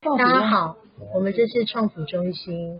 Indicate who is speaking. Speaker 1: 大家好，我们这是创辅中心。